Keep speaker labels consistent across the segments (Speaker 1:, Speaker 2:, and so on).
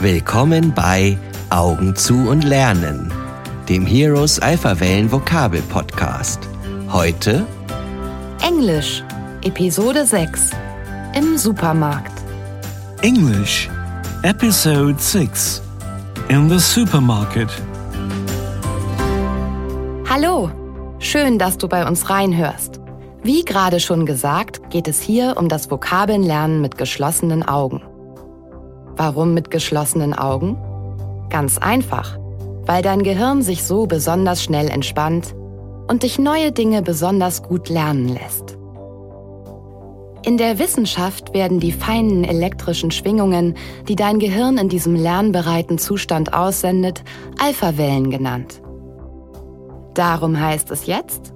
Speaker 1: Willkommen bei Augen zu und Lernen, dem Heroes Alphawellen Vokabel Podcast. Heute
Speaker 2: Englisch, Episode 6. Im Supermarkt.
Speaker 3: English, Episode 6 In the Supermarket.
Speaker 2: Hallo, schön, dass du bei uns reinhörst. Wie gerade schon gesagt, geht es hier um das Vokabelnlernen mit geschlossenen Augen. Warum mit geschlossenen Augen? Ganz einfach, weil dein Gehirn sich so besonders schnell entspannt und dich neue Dinge besonders gut lernen lässt. In der Wissenschaft werden die feinen elektrischen Schwingungen, die dein Gehirn in diesem lernbereiten Zustand aussendet, Alphawellen genannt. Darum heißt es jetzt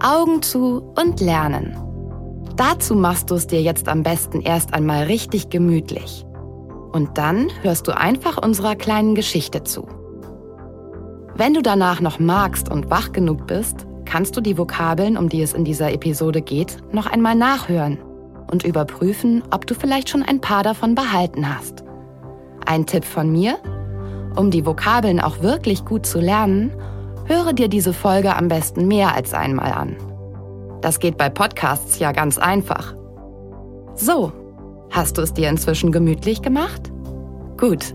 Speaker 2: Augen zu und lernen. Dazu machst du es dir jetzt am besten erst einmal richtig gemütlich. Und dann hörst du einfach unserer kleinen Geschichte zu. Wenn du danach noch magst und wach genug bist, kannst du die Vokabeln, um die es in dieser Episode geht, noch einmal nachhören und überprüfen, ob du vielleicht schon ein paar davon behalten hast. Ein Tipp von mir? Um die Vokabeln auch wirklich gut zu lernen, höre dir diese Folge am besten mehr als einmal an. Das geht bei Podcasts ja ganz einfach. So, hast du es dir inzwischen gemütlich gemacht? Gut,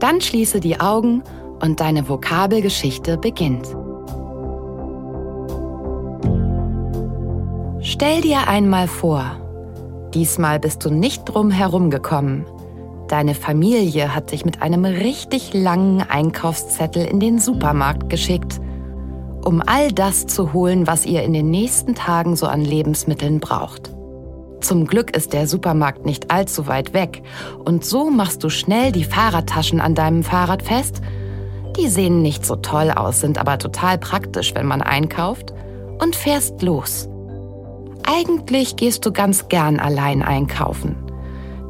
Speaker 2: dann schließe die Augen und deine Vokabelgeschichte beginnt. Stell dir einmal vor, diesmal bist du nicht drum herumgekommen. Deine Familie hat dich mit einem richtig langen Einkaufszettel in den Supermarkt geschickt, um all das zu holen, was ihr in den nächsten Tagen so an Lebensmitteln braucht. Zum Glück ist der Supermarkt nicht allzu weit weg und so machst du schnell die Fahrradtaschen an deinem Fahrrad fest. Die sehen nicht so toll aus, sind aber total praktisch, wenn man einkauft und fährst los. Eigentlich gehst du ganz gern allein einkaufen,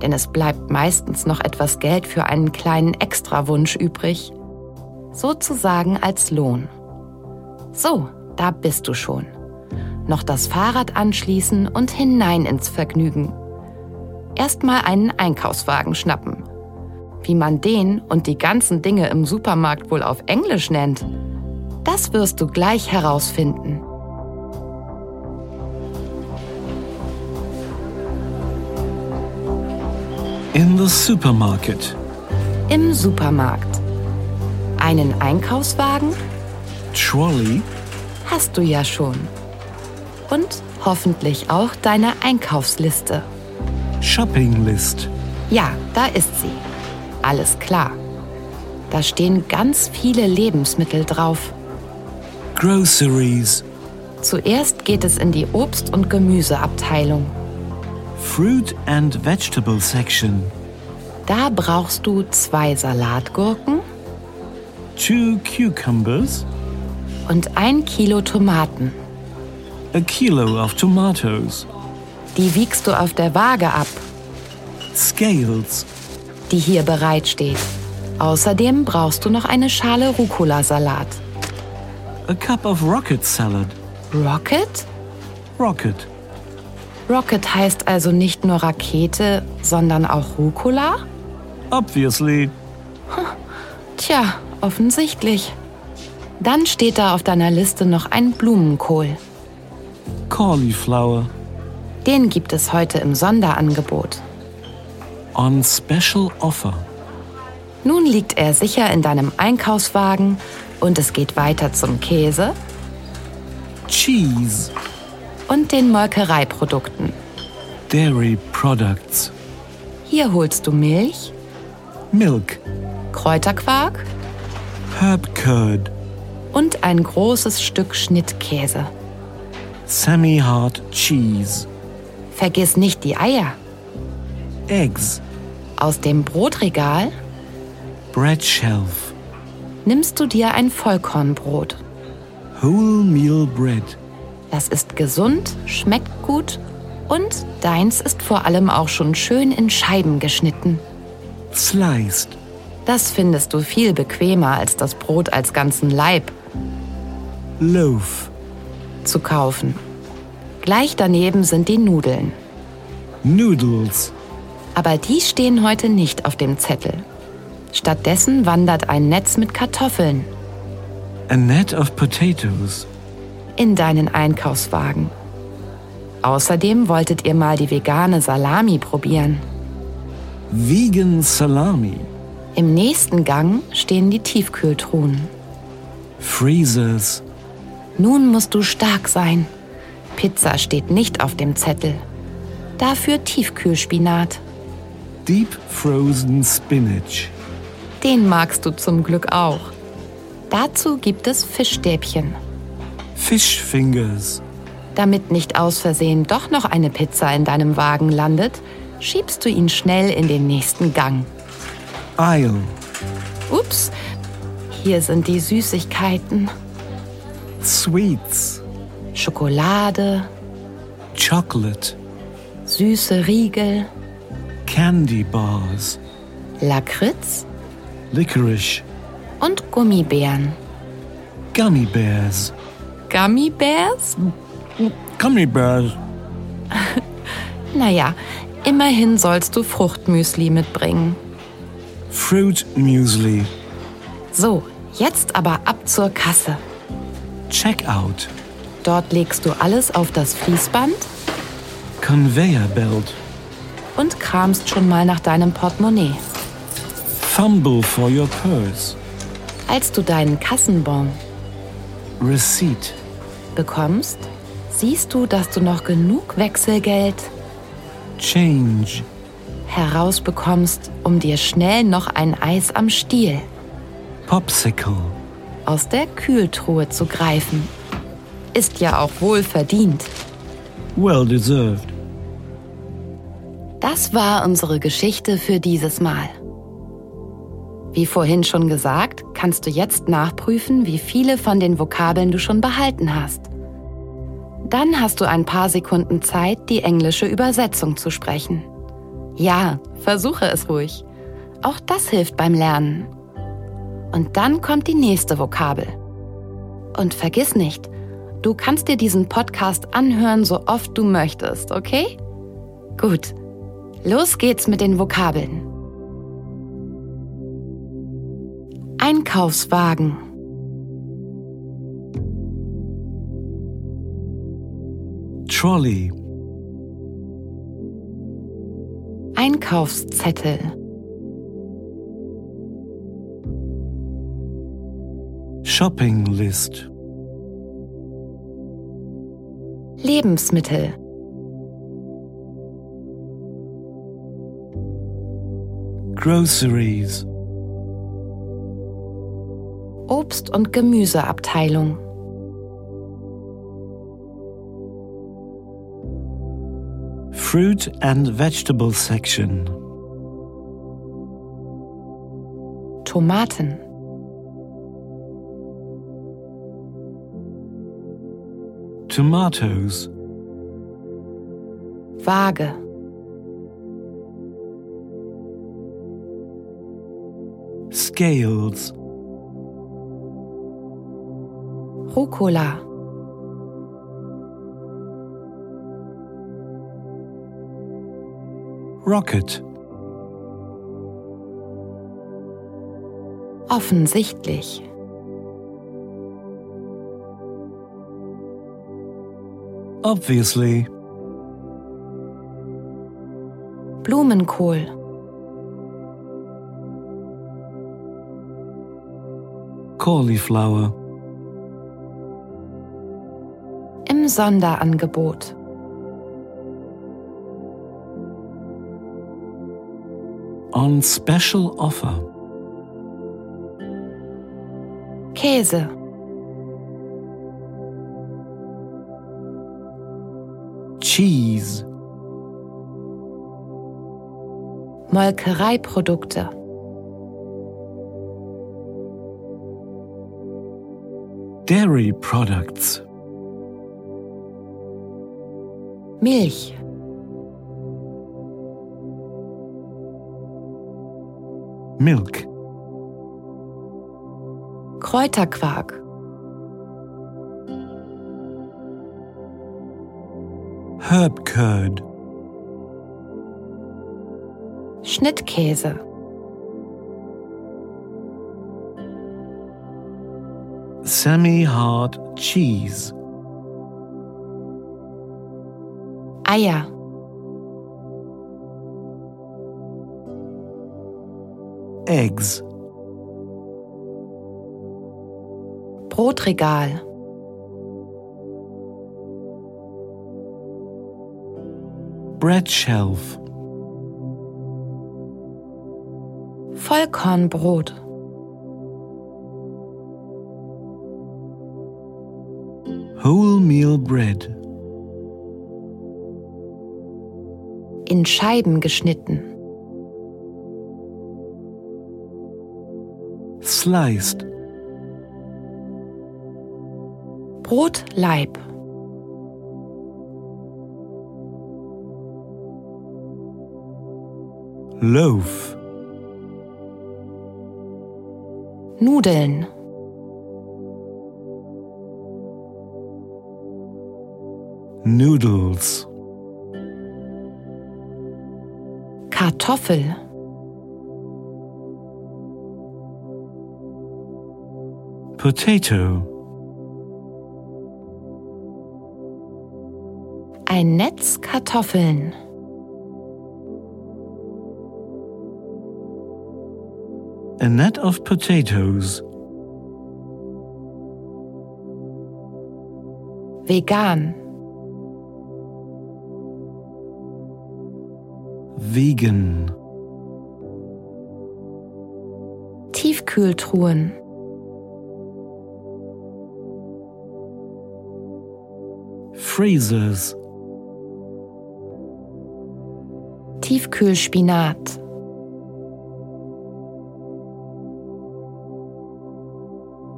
Speaker 2: denn es bleibt meistens noch etwas Geld für einen kleinen Extrawunsch übrig, sozusagen als Lohn. So, da bist du schon noch das Fahrrad anschließen und hinein ins Vergnügen. Erstmal einen Einkaufswagen schnappen. Wie man den und die ganzen Dinge im Supermarkt wohl auf Englisch nennt, das wirst du gleich herausfinden.
Speaker 3: In the Supermarket.
Speaker 2: Im Supermarkt. Einen Einkaufswagen
Speaker 3: Trolley,
Speaker 2: hast du ja schon. Und hoffentlich auch deine Einkaufsliste.
Speaker 3: Shopping List.
Speaker 2: Ja, da ist sie. Alles klar. Da stehen ganz viele Lebensmittel drauf.
Speaker 3: Groceries.
Speaker 2: Zuerst geht es in die Obst- und Gemüseabteilung.
Speaker 3: Fruit and Vegetable Section.
Speaker 2: Da brauchst du zwei Salatgurken
Speaker 3: Two cucumbers.
Speaker 2: und ein Kilo Tomaten.
Speaker 3: A kilo of tomatoes.
Speaker 2: Die wiegst du auf der Waage ab,
Speaker 3: Scales.
Speaker 2: die hier bereitsteht. Außerdem brauchst du noch eine Schale Rucola-Salat.
Speaker 3: A cup of rocket salad.
Speaker 2: Rocket?
Speaker 3: Rocket.
Speaker 2: Rocket heißt also nicht nur Rakete, sondern auch Rucola?
Speaker 3: Obviously.
Speaker 2: Tja, offensichtlich. Dann steht da auf deiner Liste noch ein Blumenkohl.
Speaker 3: Cauliflower.
Speaker 2: Den gibt es heute im Sonderangebot.
Speaker 3: On special offer.
Speaker 2: Nun liegt er sicher in deinem Einkaufswagen und es geht weiter zum Käse
Speaker 3: Cheese.
Speaker 2: und den Molkereiprodukten.
Speaker 3: Dairy products.
Speaker 2: Hier holst du Milch,
Speaker 3: Milk.
Speaker 2: Kräuterquark
Speaker 3: Herb curd.
Speaker 2: und ein großes Stück Schnittkäse.
Speaker 3: Semi hard cheese.
Speaker 2: Vergiss nicht die Eier.
Speaker 3: Eggs.
Speaker 2: Aus dem Brotregal
Speaker 3: Bread shelf.
Speaker 2: nimmst du dir ein Vollkornbrot.
Speaker 3: Wholemeal bread.
Speaker 2: Das ist gesund, schmeckt gut und deins ist vor allem auch schon schön in Scheiben geschnitten.
Speaker 3: Sliced.
Speaker 2: Das findest du viel bequemer als das Brot als ganzen Leib
Speaker 3: Loaf.
Speaker 2: zu kaufen. Gleich daneben sind die Nudeln,
Speaker 3: Noodles.
Speaker 2: aber die stehen heute nicht auf dem Zettel. Stattdessen wandert ein Netz mit Kartoffeln
Speaker 3: a net of potatoes,
Speaker 2: in deinen Einkaufswagen. Außerdem wolltet ihr mal die vegane Salami probieren.
Speaker 3: vegan salami,
Speaker 2: Im nächsten Gang stehen die Tiefkühltruhen.
Speaker 3: freezers,
Speaker 2: Nun musst du stark sein. Pizza steht nicht auf dem Zettel. Dafür Tiefkühlspinat.
Speaker 3: deep frozen spinach,
Speaker 2: Den magst du zum Glück auch. Dazu gibt es Fischstäbchen.
Speaker 3: fish fingers,
Speaker 2: Damit nicht aus Versehen doch noch eine Pizza in deinem Wagen landet, schiebst du ihn schnell in den nächsten Gang.
Speaker 3: aisle,
Speaker 2: Ups, hier sind die Süßigkeiten.
Speaker 3: sweets,
Speaker 2: Schokolade,
Speaker 3: chocolate,
Speaker 2: süße Riegel,
Speaker 3: candy bars,
Speaker 2: Lakritz
Speaker 3: licorice,
Speaker 2: und Gummibären.
Speaker 3: gummy bears,
Speaker 2: Gummy Bears?
Speaker 3: gummy bears,
Speaker 2: Naja, immerhin sollst du Fruchtmüsli mitbringen.
Speaker 3: fruit muesli,
Speaker 2: So, jetzt aber ab zur Kasse.
Speaker 3: checkout,
Speaker 2: Dort legst du alles auf das Fließband
Speaker 3: conveyor belt,
Speaker 2: und kramst schon mal nach deinem Portemonnaie.
Speaker 3: fumble for your purse,
Speaker 2: Als du deinen Kassenbon
Speaker 3: receipt,
Speaker 2: bekommst, siehst du, dass du noch genug Wechselgeld
Speaker 3: change,
Speaker 2: herausbekommst, um dir schnell noch ein Eis am Stiel
Speaker 3: popsicle,
Speaker 2: aus der Kühltruhe zu greifen. Ist ja auch wohl verdient.
Speaker 3: well deserved.
Speaker 2: Das war unsere Geschichte für dieses Mal. Wie vorhin schon gesagt, kannst du jetzt nachprüfen, wie viele von den Vokabeln du schon behalten hast. Dann hast du ein paar Sekunden Zeit, die englische Übersetzung zu sprechen. Ja, versuche es ruhig. Auch das hilft beim Lernen. Und dann kommt die nächste Vokabel. Und vergiss nicht, du kannst dir diesen Podcast anhören, so oft du möchtest, okay? Gut. Los geht's mit den Vokabeln. Einkaufswagen,
Speaker 3: trolley,
Speaker 2: Einkaufszettel,
Speaker 3: shopping list,
Speaker 2: Lebensmittel,
Speaker 3: groceries,
Speaker 2: Obst- und Gemüseabteilung,
Speaker 3: fruit and vegetable section,
Speaker 2: Tomaten,
Speaker 3: tomatoes,
Speaker 2: Waage,
Speaker 3: scales,
Speaker 2: Rucola,
Speaker 3: rocket,
Speaker 2: offensichtlich,
Speaker 3: obviously,
Speaker 2: Blumenkohl,
Speaker 3: cauliflower,
Speaker 2: im Sonderangebot,
Speaker 3: on special offer,
Speaker 2: Käse,
Speaker 3: cheese,
Speaker 2: Molkereiprodukte,
Speaker 3: dairy products,
Speaker 2: Milch,
Speaker 3: milk,
Speaker 2: Kräuterquark,
Speaker 3: herb curd,
Speaker 2: Schnittkäse,
Speaker 3: semi hard cheese,
Speaker 2: Eier,
Speaker 3: eggs,
Speaker 2: Brotregal,
Speaker 3: bread shelf,
Speaker 2: Vollkornbrot,
Speaker 3: wholemeal bread,
Speaker 2: in Scheiben geschnitten,
Speaker 3: sliced,
Speaker 2: Brotleib,
Speaker 3: loaf,
Speaker 2: Nudeln,
Speaker 3: noodles,
Speaker 2: Kartoffel,
Speaker 3: potato,
Speaker 2: ein Netz Kartoffeln,
Speaker 3: a net of potatoes,
Speaker 2: vegan,
Speaker 3: vegan,
Speaker 2: Tiefkühltruhen,
Speaker 3: freezers,
Speaker 2: Tiefkühlspinat,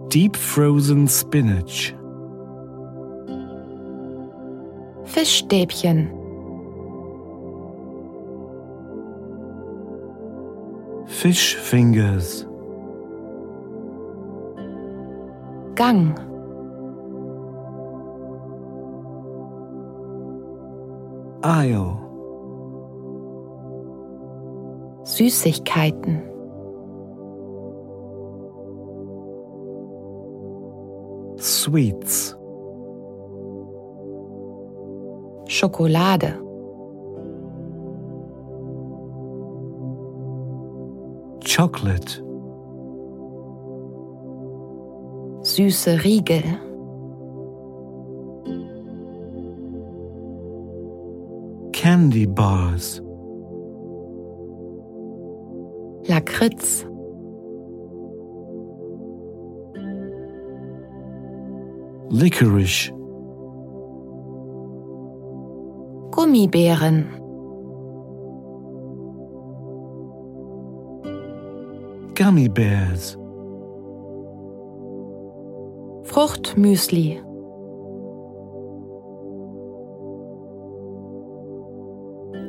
Speaker 3: deep frozen spinach,
Speaker 2: Fischstäbchen,
Speaker 3: fish fingers,
Speaker 2: Gang,
Speaker 3: aisle,
Speaker 2: Süßigkeiten,
Speaker 3: sweets,
Speaker 2: Schokolade,
Speaker 3: chocolate,
Speaker 2: süße Riegel,
Speaker 3: candy bars,
Speaker 2: Lakritz,
Speaker 3: licorice,
Speaker 2: Gummibären,
Speaker 3: gummy bears,
Speaker 2: Fruchtmüsli,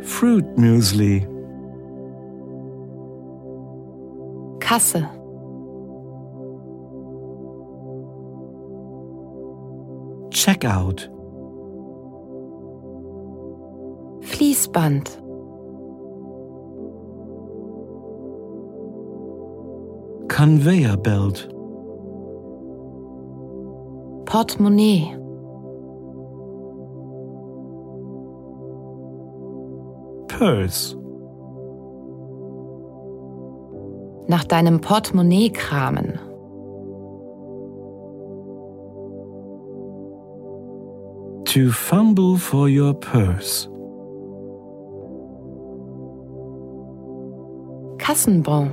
Speaker 3: fruit muesli,
Speaker 2: Kasse,
Speaker 3: checkout,
Speaker 2: Fließband,
Speaker 3: conveyor belt,
Speaker 2: Portemonnaie,
Speaker 3: purse,
Speaker 2: nach deinem Portemonnaie kramen,
Speaker 3: to fumble for your purse,
Speaker 2: Kassenbon,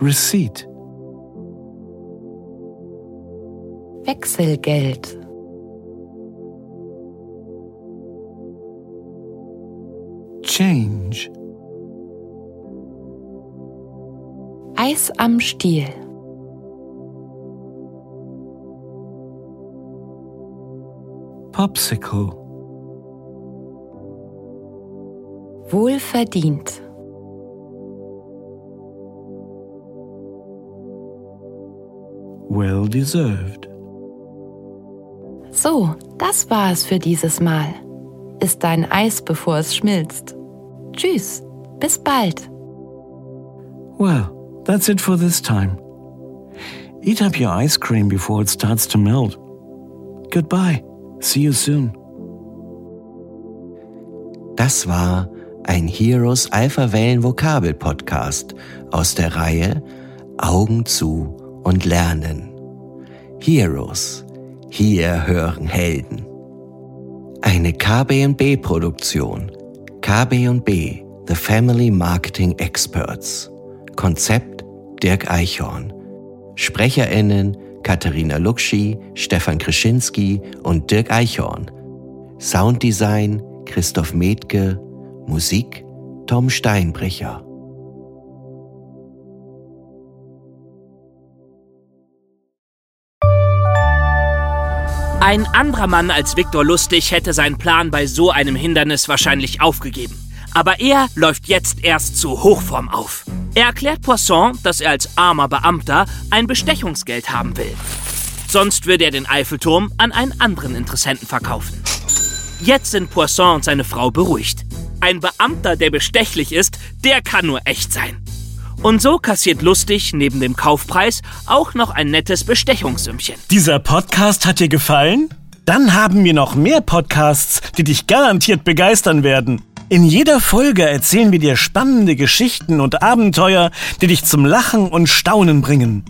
Speaker 3: receipt,
Speaker 2: Wechselgeld,
Speaker 3: change,
Speaker 2: Eis am Stiel,
Speaker 3: popsicle,
Speaker 2: wohlverdient,
Speaker 3: well deserved.
Speaker 2: So, das war es für dieses Mal. Ist dein Eis, bevor es schmilzt. Tschüss, bis bald.
Speaker 4: Well, that's it for this time. Eat up your ice cream before it starts to melt. Goodbye. See you soon.
Speaker 1: Das war ein Heroes Alpha Wellen Vokabel Podcast aus der Reihe Augen zu und lernen. Heroes. Hier hören Helden. Eine KB&B Produktion. KB&B, The Family Marketing Experts. Konzept Dirk Eichhorn. SprecherInnen Katharina Luxi, Stefan Krischinski und Dirk Eichhorn. Sounddesign Christoph Metke. Musik Tom Steinbrecher.
Speaker 5: Ein anderer Mann als Viktor Lustig hätte seinen Plan bei so einem Hindernis wahrscheinlich aufgegeben. Aber er läuft jetzt erst zu Hochform auf. Er erklärt Poisson, dass er als armer Beamter ein Bestechungsgeld haben will. Sonst würde er den Eiffelturm an einen anderen Interessenten verkaufen. Jetzt sind Poisson und seine Frau beruhigt. Ein Beamter, der bestechlich ist, der kann nur echt sein. Und so kassiert Lustig neben dem Kaufpreis auch noch ein nettes Bestechungssümmchen.
Speaker 3: Dieser Podcast hat dir gefallen? Dann haben wir noch mehr Podcasts, die dich garantiert begeistern werden. In jeder Folge erzählen wir dir spannende Geschichten und Abenteuer, die dich zum Lachen und Staunen bringen.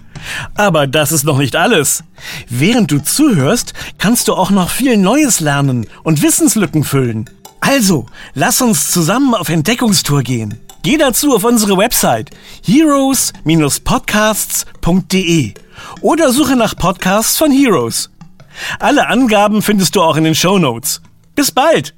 Speaker 3: Aber das ist noch nicht alles. Während du zuhörst, kannst du auch noch viel Neues lernen und Wissenslücken füllen. Also, lass uns zusammen auf Entdeckungstour gehen. Geh dazu auf unsere Website heroes-podcasts.de oder suche nach Podcasts von Heroes. Alle Angaben findest du auch in den Show Notes. Bis bald!